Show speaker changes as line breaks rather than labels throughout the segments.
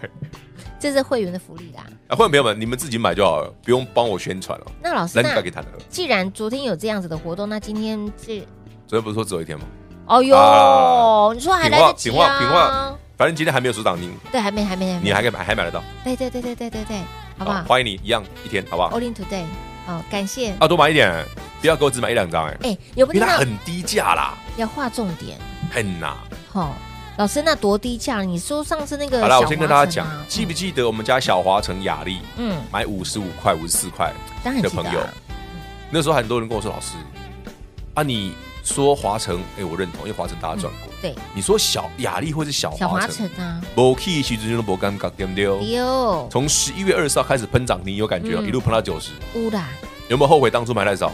这是会员的福利啦。
啊，会员朋友们，你们自己买就好了，不用帮我宣传了。
那老师，
那你
那
该给他了。
既然昨天有这样子的活动，那今天这，
昨天不是说只有一天吗？
哦哟，
啊
你说还
品
来
化
得及
品
啊？
化品化，反正今天还没有手涨停，
对，还没，还没，还没，
你还可以买，还买得到，
对对对对对对对，嗯好不
哦
好
欢迎你一样一天，好不好？
？All in today，哦，感谢。
啊，多买一点，不要给我只买一两张，哎，
哎，有没有听
因为它
到？
很低价啦，
要划重点，
很呐。
好、老师，那多低价？你说上次那个
好
小
啦，
华
我先跟大家
城
讲
啊，
记不记得我们家小华城雅丽
嗯，
买五十五块、五十四块
当然
的
记得、
朋
啊。
友？那时候很多人跟我说，老师啊，你说华城，哎，我认同，因为华城大家赚过。
嗯对，
你说小雅丽或是小
小
华
华
城
城，啊，哎
无 key 其实就不尴尬，对不对？
有
从十一月二十号开始喷涨停，有感觉哦，
嗯
一路喷到九十，
乌啦，
有没有后悔当初买太少？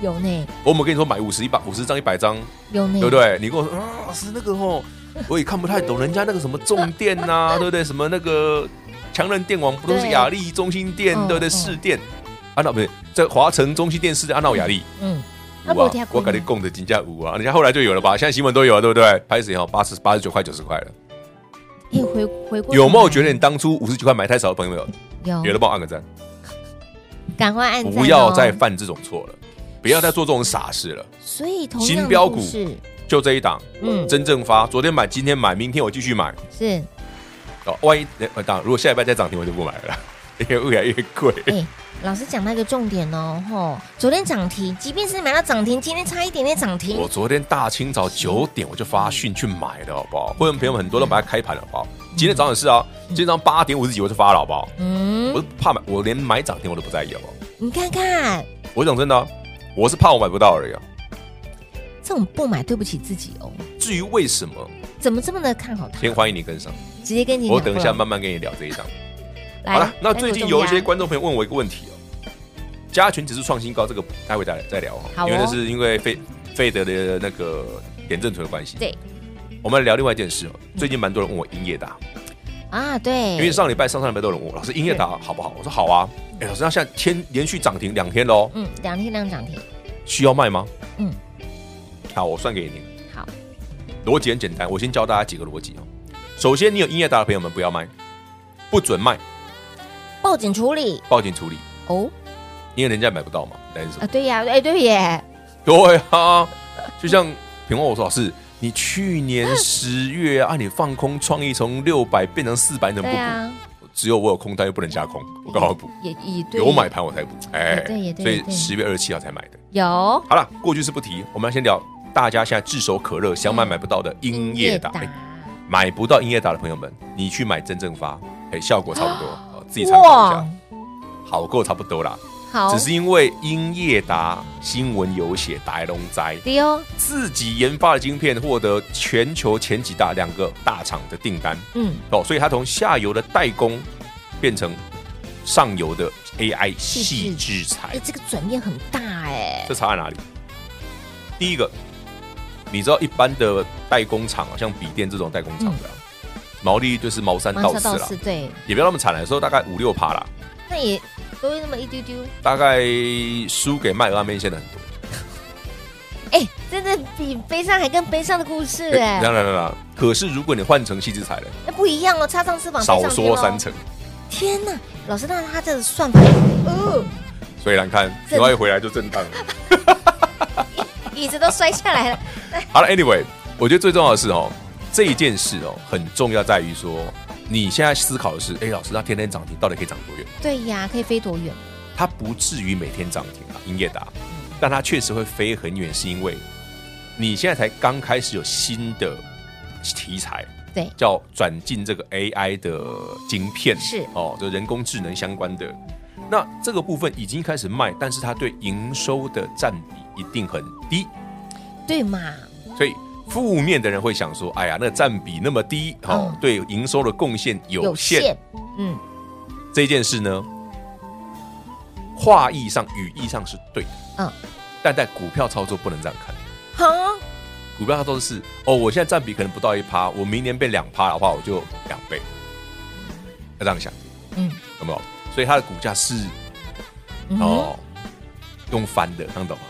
有呢，
我们跟你说买五十一百五十张一百张，
有呢，
对不？对？你跟我说啊，老师那个吼，我也看不太懂人家那个什么重电 呐、对不对？什么那个强人电网不都是
对
雅力、中心电，
嗯
对不对？
嗯
市电，啊安那不是在华城、中心电、市电，安那雅力。
嗯，
有
没
啊
听，过
我
呢
感觉供的金价五啊，人家后来就有了吧？现在新闻都有了，对不对？拍谁哈，八十八十九块、九十块了，
哎，回回过头来
有没有觉得你当初五十九块买太少的朋友，
有
有的帮我按个赞。
赶快嗯按赞哦哦
不要再犯这种错了，不要再做这种傻事了。
所以同样
新标股
是
就这一档，
嗯
真正发，昨天买，今天买，明天我继续买。
是
哦，万一呃当然如果下礼拜再涨停，我就不买了， 因为越来越贵。
哎、老师讲到一个重点哦，吼，昨天涨停，即便是买到涨停，今天差一点点涨停
我，昨天大清早九点我就发讯去买了，好不好？会员朋友们很多都买它开盘了，好不好？今天早上也是啊，今天早上八点五十几我就发了，好不好？
嗯
我，是怕买，我连买涨停我都不在意，好不好？
你看看
我讲真的啊、我是怕我买不到而已、啊。
这种不买对不起自己哦，
至于为什么，
怎么这么的看好它？
先欢迎你跟上，
直接跟你
我等一下慢慢跟你聊这一档。
来
好了，那
来
最近
股东
有一些
家
观众朋友问我一个问题哦，加权指数创新高，这个待会再再聊哦，
好哦
因为那是因为费费德的那个点阵图的关系。
对，嗯
我们来聊另外一件事哦，最近蛮多人问我英业达，
啊，对，
因为上礼拜、上上礼拜都有人问我，老师英业达好不好？我说好啊。哎，老师，那现在天连续涨停两天喽，
嗯，两天两涨停，
需要卖吗？
嗯，
好，我算给你听，
好，
逻辑很简单，我先教大家几个逻辑哦。首先，你有英业达的朋友们不要卖，不准卖，
报警处理
报警处理，
哦，
因为人家买不到嘛，担心什么
啊，？对呀、哎，对耶，
对啊，就像平问我说，老师，你去年十月啊，你放空创意从六百变成四百，你怎么
对啊
不补？
呀、
只有我有空单，又不能加空，我刚好补，
也也对，
有买盘我才补，哎
也对也，对
所
也
以
对
十月二十七号才买的。
有
好了，过去是不提，我们来先聊大家现在炙手可热、想买买不到的英业达，哎买不到英业达的朋友们，你去买真正发，哎，效果差不多， 哦自己参考一下
哇，
好够差不多啦。
好
只是因为英业达新闻有写白龙灾，
丢，
自己研发的晶片获得全球前几大两个大厂的订单
嗯，
哦，所以它从下游的代工变成上游的 AI 细制
哎、
裁，
这个转变很大哎、
这差在哪里？第一个，你知道一般的代工厂啊，像笔电这种代工厂的啊、毛利率就是毛三
马
到
上
四
到
啦
四，对，
也不要那么惨了，有时候大概五六趴啦，
那也都会那么一丢丢，
大概输给卖鹅面线的很多。
哎、真的比悲伤还更悲伤的故事哎、
当然了，可是如果你换成细制裁了，
那不一样哦，插上翅膀
少
飞上天
说
咯
三。成。
天哪，老师，那他这个算法，呃，
所以来看，
这
然后一回来就震荡了。
椅子都摔下来了，
好了，Anyway，我觉得最重要的是哦，这一件事哦很重要，在于说你现在思考的是，哎，老师，那天天涨停到底可以涨多远？
对呀，可以飞多远？
它不至于每天涨停啊，英业达，但它确实会飞很远，是因为你现在才刚开始有新的题材，
对，
叫转进这个 AI 的晶片，
是
哦，就人工智能相关的。那这个部分已经开始卖，但是它对营收的占比一定很低，
对嘛？
所以负面的人会想说：“哎呀，那占比那么低，哦，
嗯
对营收的贡献有限。，
嗯，
这件事呢，话意上、语义上是对的，
嗯，
但在股票操作不能这样看。
好，
股票操作是哦，我现在占比可能不到一趴，我明年变两趴的话，我就两倍，要这样想，
嗯，
有没有？所以它的股价是
嗯哼，
哦，用翻的，能懂吗？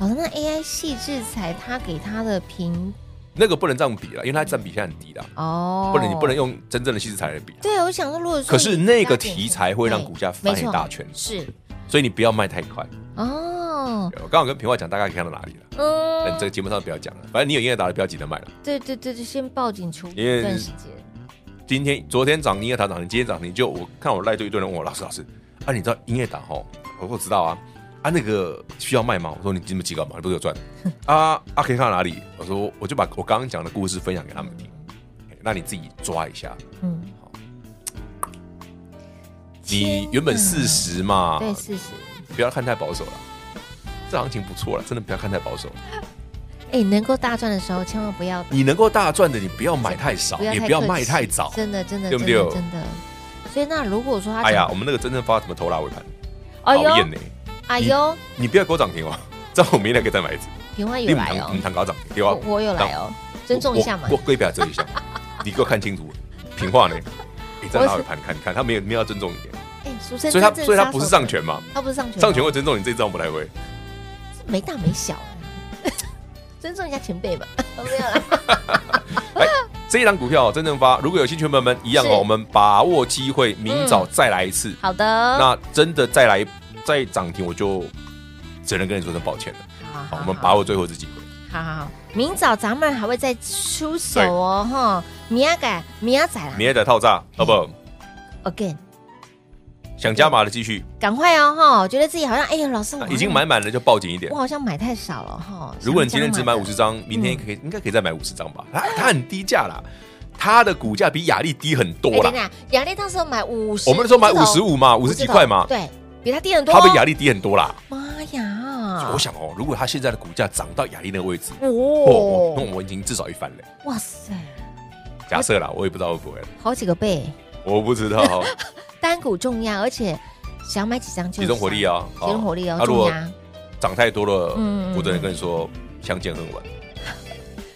老师，那 AI 系制裁他给他的评
那个不能这样比了，因为它占比现在很低啦，
哦，
不能你不能。用真正的细制材来比啦。
对，我想说，如果说
可是
你
那个
搭配
题材会让
对
股价翻
没错
一大圈
是
所以你不要卖太快。
哦，
我刚好跟平话讲大概看到哪里了，但
嗯，
这个节目上不要讲了。反正你有营业达的不要急着卖了。
对对对对，先报警处理
因为
一段时间，
今天昨天涨，营业达涨停，今天涨停，就我看我赖对一堆人问我老师老师，啊你知道营业达吼，我说我知道啊，啊那个需要卖吗？我说你这么几个嘛，你不是有赚啊啊可以看到哪里？我说我就把我刚刚讲的故事分享给他们听，哎那你自己抓一下。
嗯，天
你原本
哪
四十嘛，
对，四十，
不要看太保守了，这行情不错了，真的不要看太保守。
哎，能够大赚的时候，千万不要
你能够大赚的，你不要买太少，也
太
不要
客
卖
气
太早。
真的真的
对不
真的
对
真的。所以那如果说他
哎呀，
讲，
我们那个真正发什么头拉尾盘，
哎
讨厌
呦，
呢！
哎呦，
你不要给我涨停哦，这样我明天可以再买一只。
平花
你
有
们
来
堂
哦
你们，堂搞涨停，对吧
我？我有来哦，尊重一下嘛
我。我跪表这一下，你给我看清楚，平话呢？你再拉尾盘看看，他没有没有要尊重你，
哎，俗称
所以他
真正
所以他
杀
不是
手
上
锏，
权嘛？
他不是上权，哦
上权会尊重你，这张不太会。
没大没小 啊，尊重一下前辈嘛。没有啦，
这一档股票真正发，如果有兴趣的朋友们一样
是
哦，我们把握机会，明早再来一次。
好的，
那真的再来再涨停我就只能跟你说声抱歉了。
好
好，我们把握最后一次机会。
好好好，明早咱们还会再出手哦，哈，明仔改明仔仔啦
明天再套炸，好不
嗯
好？
，again，
想加码的继续，
赶快哦，哈，觉得自己好像，哎呦，老师，我好
那
像
啊已经买，满了就抱紧一点
我。好像买太少了，哈。
如果你今天只买
想
五
加
十张，明天
嗯
可以应该可以再买五十张吧？它它很低价啦，它的股价比雅丽低很多
的，哎，等
啦
一。下，雅丽当时买五十，
我们那时候买五十
五
五嘛，五十几块嘛，
哦对，比它低很多哦，
它比雅丽低很多啦。
妈呀！
我想哦，如果它现在的股价涨到雅丽那个位置，哦，那
哦，
我已经至少一翻了。
哇塞，
假设啦，我也不知道会不会了，
好几个倍，
我不知 道，哦
啊单股重压，而且想买几张就
集中火力啊，
集中火力哦
它如
重
果
压。
涨太多了
嗯嗯嗯，
我只能跟你说相见恨晚。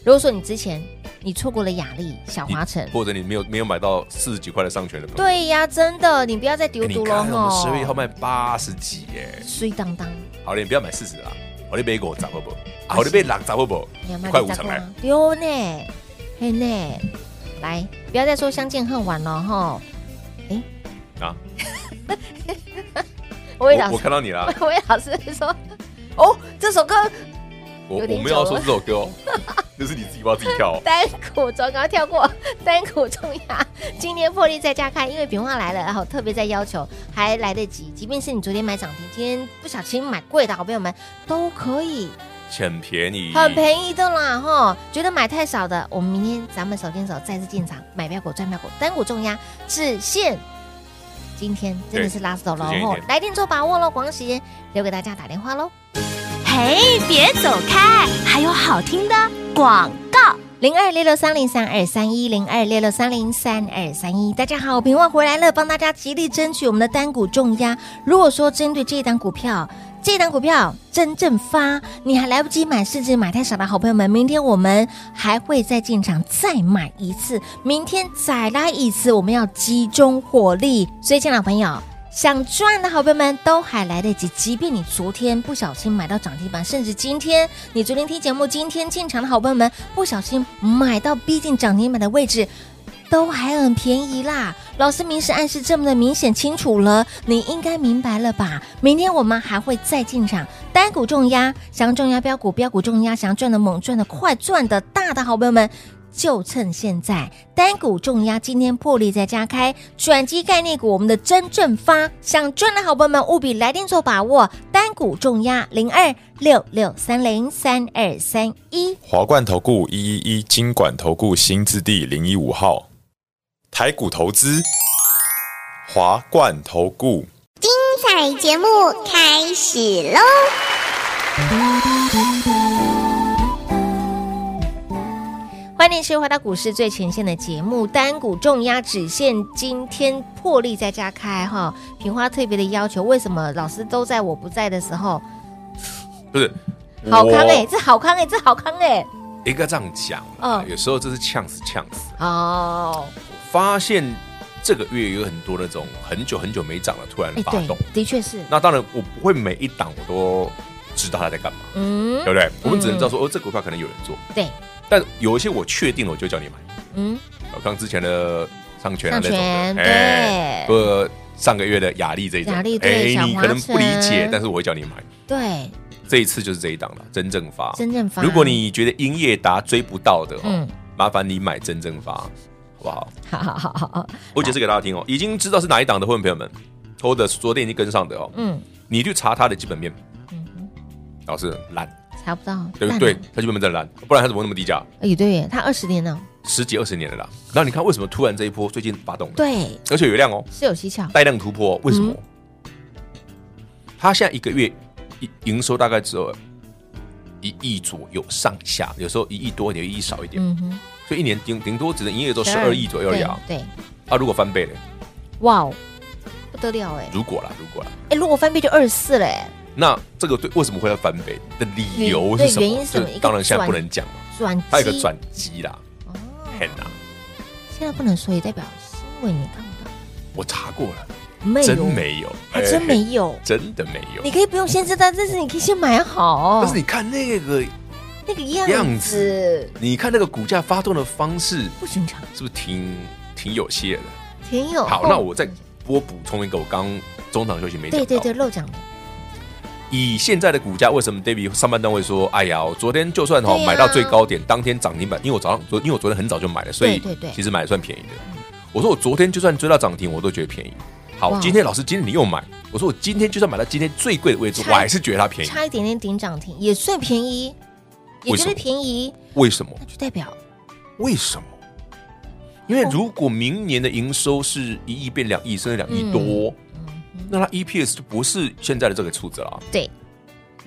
如果说你之前你错过了雅丽、小华城，
或者你没有没有买到四十几块的上权的朋友，
对呀，真的，你不要再丢
哎，你
丢了
看我们
哈。
十月一号卖八十几耶，
水当当，
好了，你不要买四十啦，我的买五十好不好？啊，我的买六十好不好？
你要
你
卖
快
给
五
大
场
哥
来，
啊丢呢，嘿呢，来，不要再说相见恨晚了哈。
啊，
我魏老
我我
师，
看到你了，
我魏老师说，哦，这首歌
我
有点
我没
久
有要
了
说这首歌 哦，就是你自己不要自己跳哦。
单股总刚跳过 单股重压，今天破例再加开，因为平话来了，然后特别再要求还来得及，即便是你昨天买涨停，今天不小心买贵的好朋友们都可以，
很便宜，
很便宜的啦哈。觉得买太少的，我们明天咱们手牵手再次进场，买标股赚标股，单股重压只限。今天真的是拉手了
只限一
吼
天，
来电做把握喽，广告时间留给大家打电话喽。
嘿，别走开，还有好听的广告。
零二六六三零三二三一零二六六三零三二三一，大家好，平万回来了，帮大家极力争取我们的单股重压。如果说针对这一档股票，这一档股票真正发，你还来不及买，甚至买太少的好朋友们，明天我们还会再进场再买一次，明天再来一次，我们要集中火力。所以，亲爱的朋友。想赚的好朋友们都还来得及，即便你昨天不小心买到涨停板，甚至今天你昨天听节目，今天进场的好朋友们不小心买到逼近涨停板的位置。都还很便宜啦！老师明示暗示这么的明显清楚了，你应该明白了吧？明天我们还会再进场，单股重压，想要重压标股，标股重压，想要赚的猛赚的快赚的大的好朋友们。就趁现在，单股重压今天破例再加开，转机概念股我们的真正发，想赚的好朋友们务必来电做把握，单股重压零二六六三零三二三一。
华冠投顾一一一金管投顾新字第零一五号，台股投资，华冠投顾。
彩节目开始喽！
欢迎是回到股市最前线的节目，单股重压只限今天破例再加开哈。平花特别的要求，为什么老师都在我不在的时候？
不是？哦
好康哎、
我
这好康哎、这好康哎、
应该这样讲啊
嗯，
有时候这是呛死呛死。
哦，
我发现这个月有很多那种很久很久没涨了，突然
哎、
发动
对。，的确是，
那当然，我不会每一档我都知道它在干嘛，
嗯
对，不对？我们只能知道说，哦，这股票可能有人做，
对，
但有一些我确定了，我就叫你买。
嗯，
我刚之前的上权啊
上
那种
权
的，哎
对
或上个月的雅丽这一种的，哎
雅丽对小
你
华
可能不理解
城，
但是我会叫你买。
对，
这一次就是这一档了，真正发。
真正发。
如果你觉得英业达追不到的，
嗯
哦，麻烦你买真正发，好不好？
好好好好好，
我解释给大家听哦，已经知道是哪一档的混朋友们，或者昨天已经跟上的哦，
嗯，
你去查它的基本面，老师烂，
查不到，
对不
蛋
对
了？
它基本面真的烂，不然它怎么那么低价？
哎、对耶，他二十年了，
十几二十年了啦。那你看为什么突然这一波最近发动了，
对，
而且有量哦，
是有蹊跷，
带量突破，哦为什么？
嗯
它现在一个月营营收大概只有一亿左右上下，有时候一亿多一点，有一亿少一点，
嗯哼，
所以一年顶顶多只能营业额十二亿左右而已啊。
对，对
啊，如果翻倍嘞，
哇哦，不得了哎、
如果啦，如果啦，
哎、如果翻倍就二十四了哎、
那这个对为什么会要翻倍的理由是
对
什么？
原因是什么
就
一个
当然现在
转
不能讲嘛，
转机
它有一个转机啦，
哦，
很难。
现在不能说，也代表新闻你看不到，
我查过了，
没
真
有，
没有，
还真没
哎，
有。
真的没有
你。可以不用先知道，但是你可以先买好
但哦是，你看那个，
那个样
样
子
你看那个股价发动的方式，
不寻常，哦
是不是挺挺有些的？
挺有。
好，那我再多补充一个我刚中场休息没讲
对
到。
对对，漏讲了，
以现在的股价，为什么 David 上半段会说，哎呀，我昨天就算哈、
对啊
买到最高点，当天涨停板，因为我早上昨因为我昨天很早就买了，所以
对对对
其实买的算便宜的。我说我昨天就算追到涨停，我都觉得便宜。好
哇，
今天老师今天你又买，我说我今天就算买到今天最贵的位置，
差
我还是觉得它便宜。
差一点点顶涨停也算便宜，也
为
觉
什
得
么
便宜，
为什么？
那就代表
为什么？因
哦
为如果明年的营收是一亿变两亿，甚至两
嗯
亿多，那它 EPS 就不是现在的这个数字了啊，
对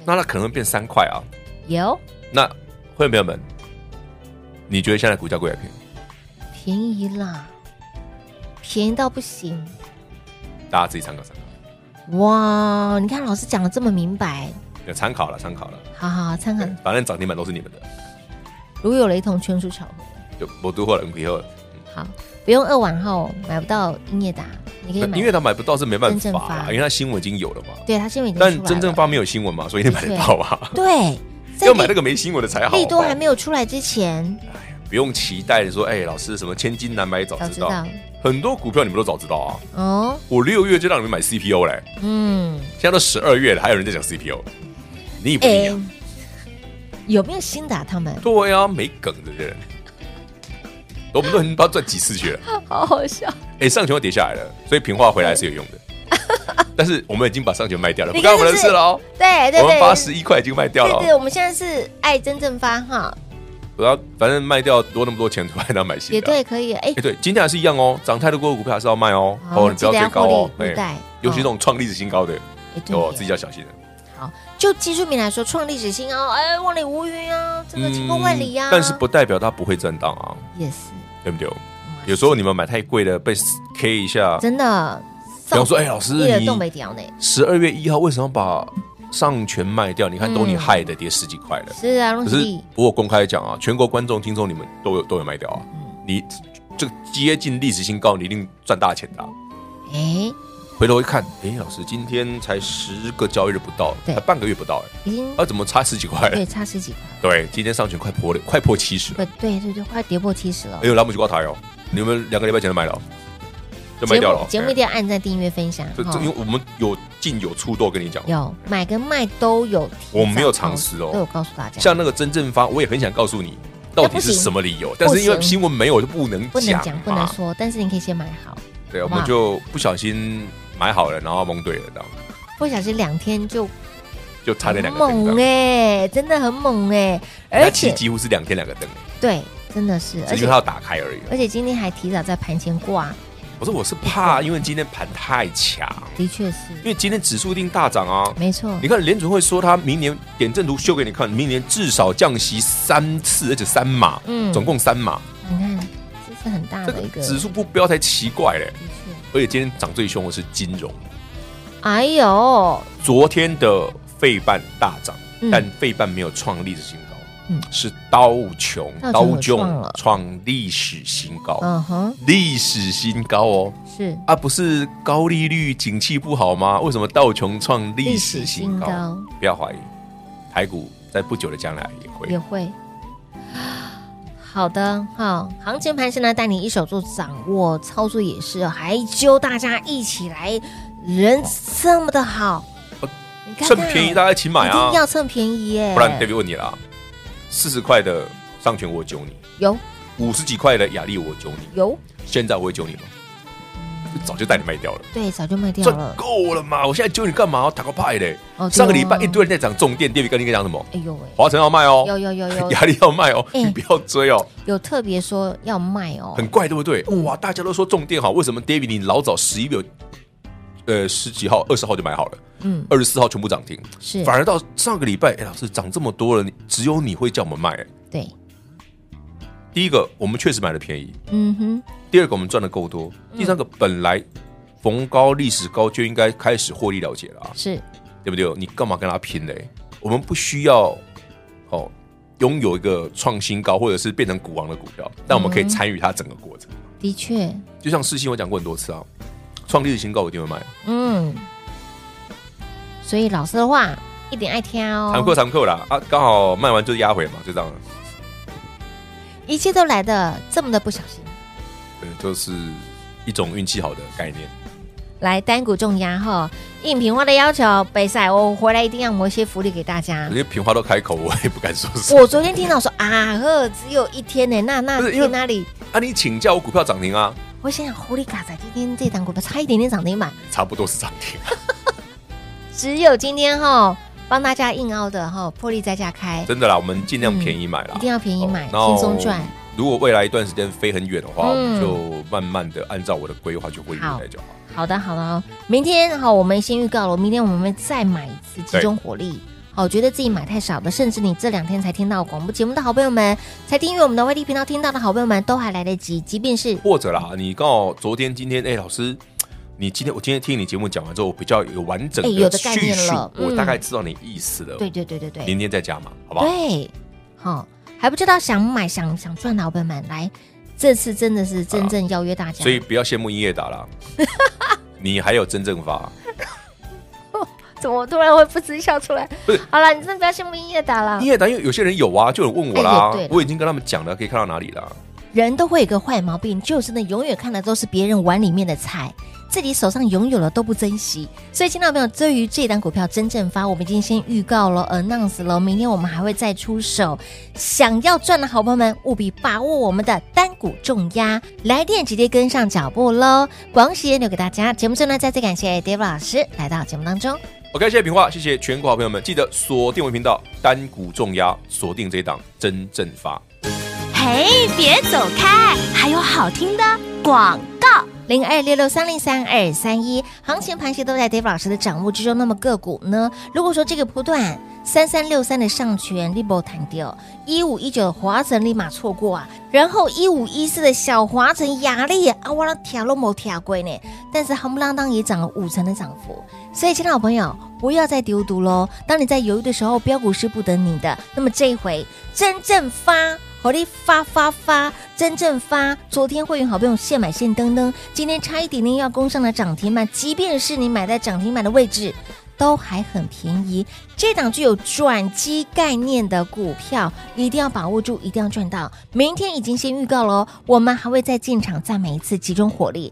那它可能会变三块啊。
有
那会员朋友们，你觉得现在股价贵还便宜？
便宜啦，便宜到不行
大家自己参考参考，
哇！你看老师讲的这么明白，
有参考了，参考了。
好好参考
对，反正涨停板都是你们的，
如有雷同，全数炒回。
就我读货了，以后
好，不用二晚后买不到英业达，你可以买，
因为他买不到是没办
真正
法啦
发，
因为他新闻已经有了嘛。
对它新闻已经出来
但
了，
真正发没有新闻嘛，所以你买得到啊。
对，在
要买
利
那个没新闻的才好。
利多
好不好
还没有出来之前，
不用期待说，哎，老师什么千金难买早
早
知道
知道，
很多股票你们都早知道啊。
哦，
我六月就让你们买 CPU 嘞，
嗯，
现在都十二月了，还有人在讲 CPU，你不啊一样。
哎有没有新打他们？
对呀、没梗的人，我们都很不知道赚几次去了。
好好笑，
哎、上权又跌下来了，所以平话回来是有用的。 但是我们已经把上权卖掉了，
你
不
看
干我们的事了哦。
对对
我们八
对。
十一块已经卖掉
对
了
对，
哦，
我们现在是爱真正发哈，
我要反正卖掉多那么多钱，我还能买新
也
的啊。
对，可以哎
哎，，对，今天还是一样哦，涨太多的股票还是要卖哦。
好
哦，你不
记得
要追
要
高哦，
啊获利入袋
尤其
哦
这种创历史新高的，
哎对
哦
耶，
自己要小心了。
好，就技术面来说，创历史新高，哎，万里无云啊，这个晴空万里呀、
嗯但是不代表它不会震荡啊，
也是，哦
对不对？有时候你们买太贵的，被 K 一下，
真的。
啊比方说哎老师
你的
你
东北调呢？
十二月一号为什么把上权卖掉？你看都你害的，跌十几块了。
是啊，恭
可是
喜
我有公开讲啊，全国观众、听众你们都有都有卖掉啊，
嗯
你这个接近历史新高，你一定赚大钱的啊、
哎，
回头一看，哎，老师今天才十个交易日不到，
对
才半个月不到，哎，
已经
啊，怎么差十几块了？
对差十几块，
对，今天上权快破了，快破七十了。
不对对对，快跌破七十了
哎。呦，拉姆去挂台哦，你们两个礼拜前就买了哦，就卖
节
掉
目
了。哦
节目一定要按哦赞、订阅、分享
这这，
哈
因为我们有进有出都有跟你讲，
有买跟卖都有提早，
我没有尝试哦
都有告诉大家，
像那个真正发，我也很想告诉你到底是什么理由，但是因为
哎不行
新闻没有，我就不能
不能
讲
讲
嘛，
不能说，但是你可以先买好，
对，
好
我
不好
们就不小心买好了，然后蒙对了，这样
不小心两天就
就差那
很
两个灯，这
猛
样
哎，真的很猛哎，而
那其实
且
几乎是两天两个灯，
对，真的是，
只
而
是因为
且
它要打开而已。
而且今天还提早在盘前挂，
我说我是怕，因为今天盘太强，
的确是，
因为今天指数一定大涨啊。
没错
你，看联储会说它明年点阵图修给你看，明年至少降息三次，而且三码，
嗯
总共三码，
你看这是很大
这
的
个
一个
指数不标才奇怪嘞。
的确
而且今天涨最凶的是金融，
哎呦，
哦昨天的费半大涨，
嗯
但费半没有创历史新高，
嗯
是道琼
道琼有
琼
创了
创历史新高，
嗯哼，
历史新高哦。
是
啊，不是高利率、景气不好吗？为什么道琼创历史新
历
高？
史新高
不要怀疑，台股在不久的将来也会
也会。好的，好，行情盘是呢，带你一手做掌握，操作也是，哦还揪大家一起来，人这么的好，
呃
你看
趁
看
便宜大家一起买
一
啊
定，要蹭便宜耶，
不然 David 问你啦，四十块的上权我揪你，
有
五十几块的雅丽我揪你，
有，
现在我会揪你吗？就早就带你卖掉了。
对，早就卖掉
赚
了，
够了嘛？我现在揪你干嘛？打个派嘞！
哦对哦
上个礼拜一堆人在讲重电，电 a 跟你讲什么？
哎呦喂，
华晨要卖哦，
有有有 有
压力要卖哦，
哎
你不要追哦，
有特别说要卖哦，
很怪对不对？哇，大家都说重电好，为什么 David 你老早十一秒，呃十几号、二十号就买好了，
嗯，
二十四号全部涨停，
是，
反而到上个礼拜，哎，老师涨这么多了，你只有你会叫我们卖。哎
对，
第一个，我们确实买的便宜；
嗯哼，
第二个，我们赚的够多；
嗯
第三个，本来逢高历史高就应该开始获利了结了啊。
是
对不对？你干嘛跟他拼嘞？我们不需要哦，拥有一个创新高或者是变成股王的股票，但我们可
嗯
以参与它整个过程。
的确，
就像世新，我讲过很多次啊，创历史新高我一定会卖，
嗯，所以老师的话一点爱听
常客
哦，
常客啦啊，刚好卖完就压回嘛，就这样了。
一切都来的这么的不小心。
对，就是一种运气好的概念。
来单股重压哈，应平花的要求，北赛我回来一定要某些福利给大家
我觉。得平花都开口，我也不敢说是。
我昨天听到说啊呵，只有一天呢，那那
不是因为
天哪里？
啊，你请教我股票涨停啊，
我想想，狐狸嘎仔今天这档股票差一点点涨停板，
差不多是涨停。啊
只有今天哈帮大家硬凹的哈，破例在家开，
真的啦，我们尽量便宜买啦，
一定要便宜买，
然后
轻松赚。
如果未来一段时间飞很远的话，我
嗯
们就慢慢的按照我的规划去回应
好
来就好。
好的，好的哦。明天好，我们先预告了，明天我们再买一次集中火力。好，觉得自己买太少的，甚至你这两天才听到广播节目的好朋友们，才订阅我们的 YT 频道听到的好朋友们，都还来得及。即便是
或者啦，你刚好昨天、今天，哎、老师，你今天我今天听你节目讲完之后，我比较有完整
哎有
的
的概
叙
念
述，
了嗯
我大概知道你意思了。
对对对对对
明天再加嘛，好不好？
对，好、还不知道想买想想赚的好朋友们，来，这次真的是真正邀约大家，
啊所以不要羡慕音乐 打啦，你还有真正发，
怎么突然会噗嗤笑出来
不是？
好了，你真的不要羡慕音乐打了
音，乐打，因为有些人有啊，就有人问我啦，
哎也对啦
我已经跟他们讲了，可以看到哪里了。
人都会有一个坏毛病，就是呢，永远看的都是别人碗里面的菜，自己手上拥有了都不珍惜。所以，亲爱的朋友，对于这档股票真正发，我们已经先预告了，announce 了，明天我们还会再出手。想要赚的好朋友们，务必把握我们的单股重压，来电直接跟上脚步喽！广告时间留给大家，节目最后呢，再次感谢 Dave 老师来到节目当中。
OK，谢谢平话，谢谢全国好朋友们，记得锁定我们频道，单股重压，锁定这一档真正发。
嘿，别走开，还有好听的广告。
零二六六三零三二三一，行情盘势都在 Dave 老师的掌握之中。那么个股呢？如果说这个波段三三六三的上权立波弹掉，一五一九的华晨立马错过啊，然后一五一四的小华晨雅丽啊，我让跳都没跳过呢，但是夯不啷当也涨了五成的涨幅。所以，亲爱的朋友，不要再丢毒喽。当你在犹豫的时候，标股是不等你的。那么这一回真正发。火力发发发，真正发！昨天会员好朋友现买现登登，今天差一点点要攻上了涨停板，即便是你买在涨停板的位置，都还很便宜。这档具有转机概念的股票，一定要把握住，一定要赚到。明天已经先预告了哦，我们还会再进场再买一次，集中火力。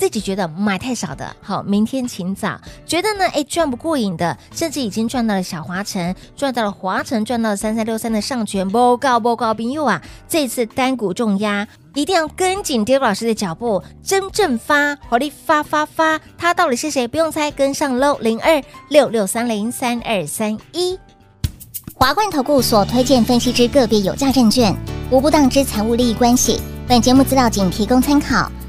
自己觉得买太少的，好，明天请早。觉得呢，哎，赚不过瘾的，甚至已经赚到了小华城，赚到了华城，赚到了三三六三的上权，报告报告，朋友啊，这次单股重压。一定要跟紧 d a v 老师的脚步，真正发火力发发发，他到底是谁？不用猜，跟上喽！零二六六三零三二三一。
华冠投顾所推荐分析之个别有价证券，无不当之财务利益关系。本节目资料仅提供参考，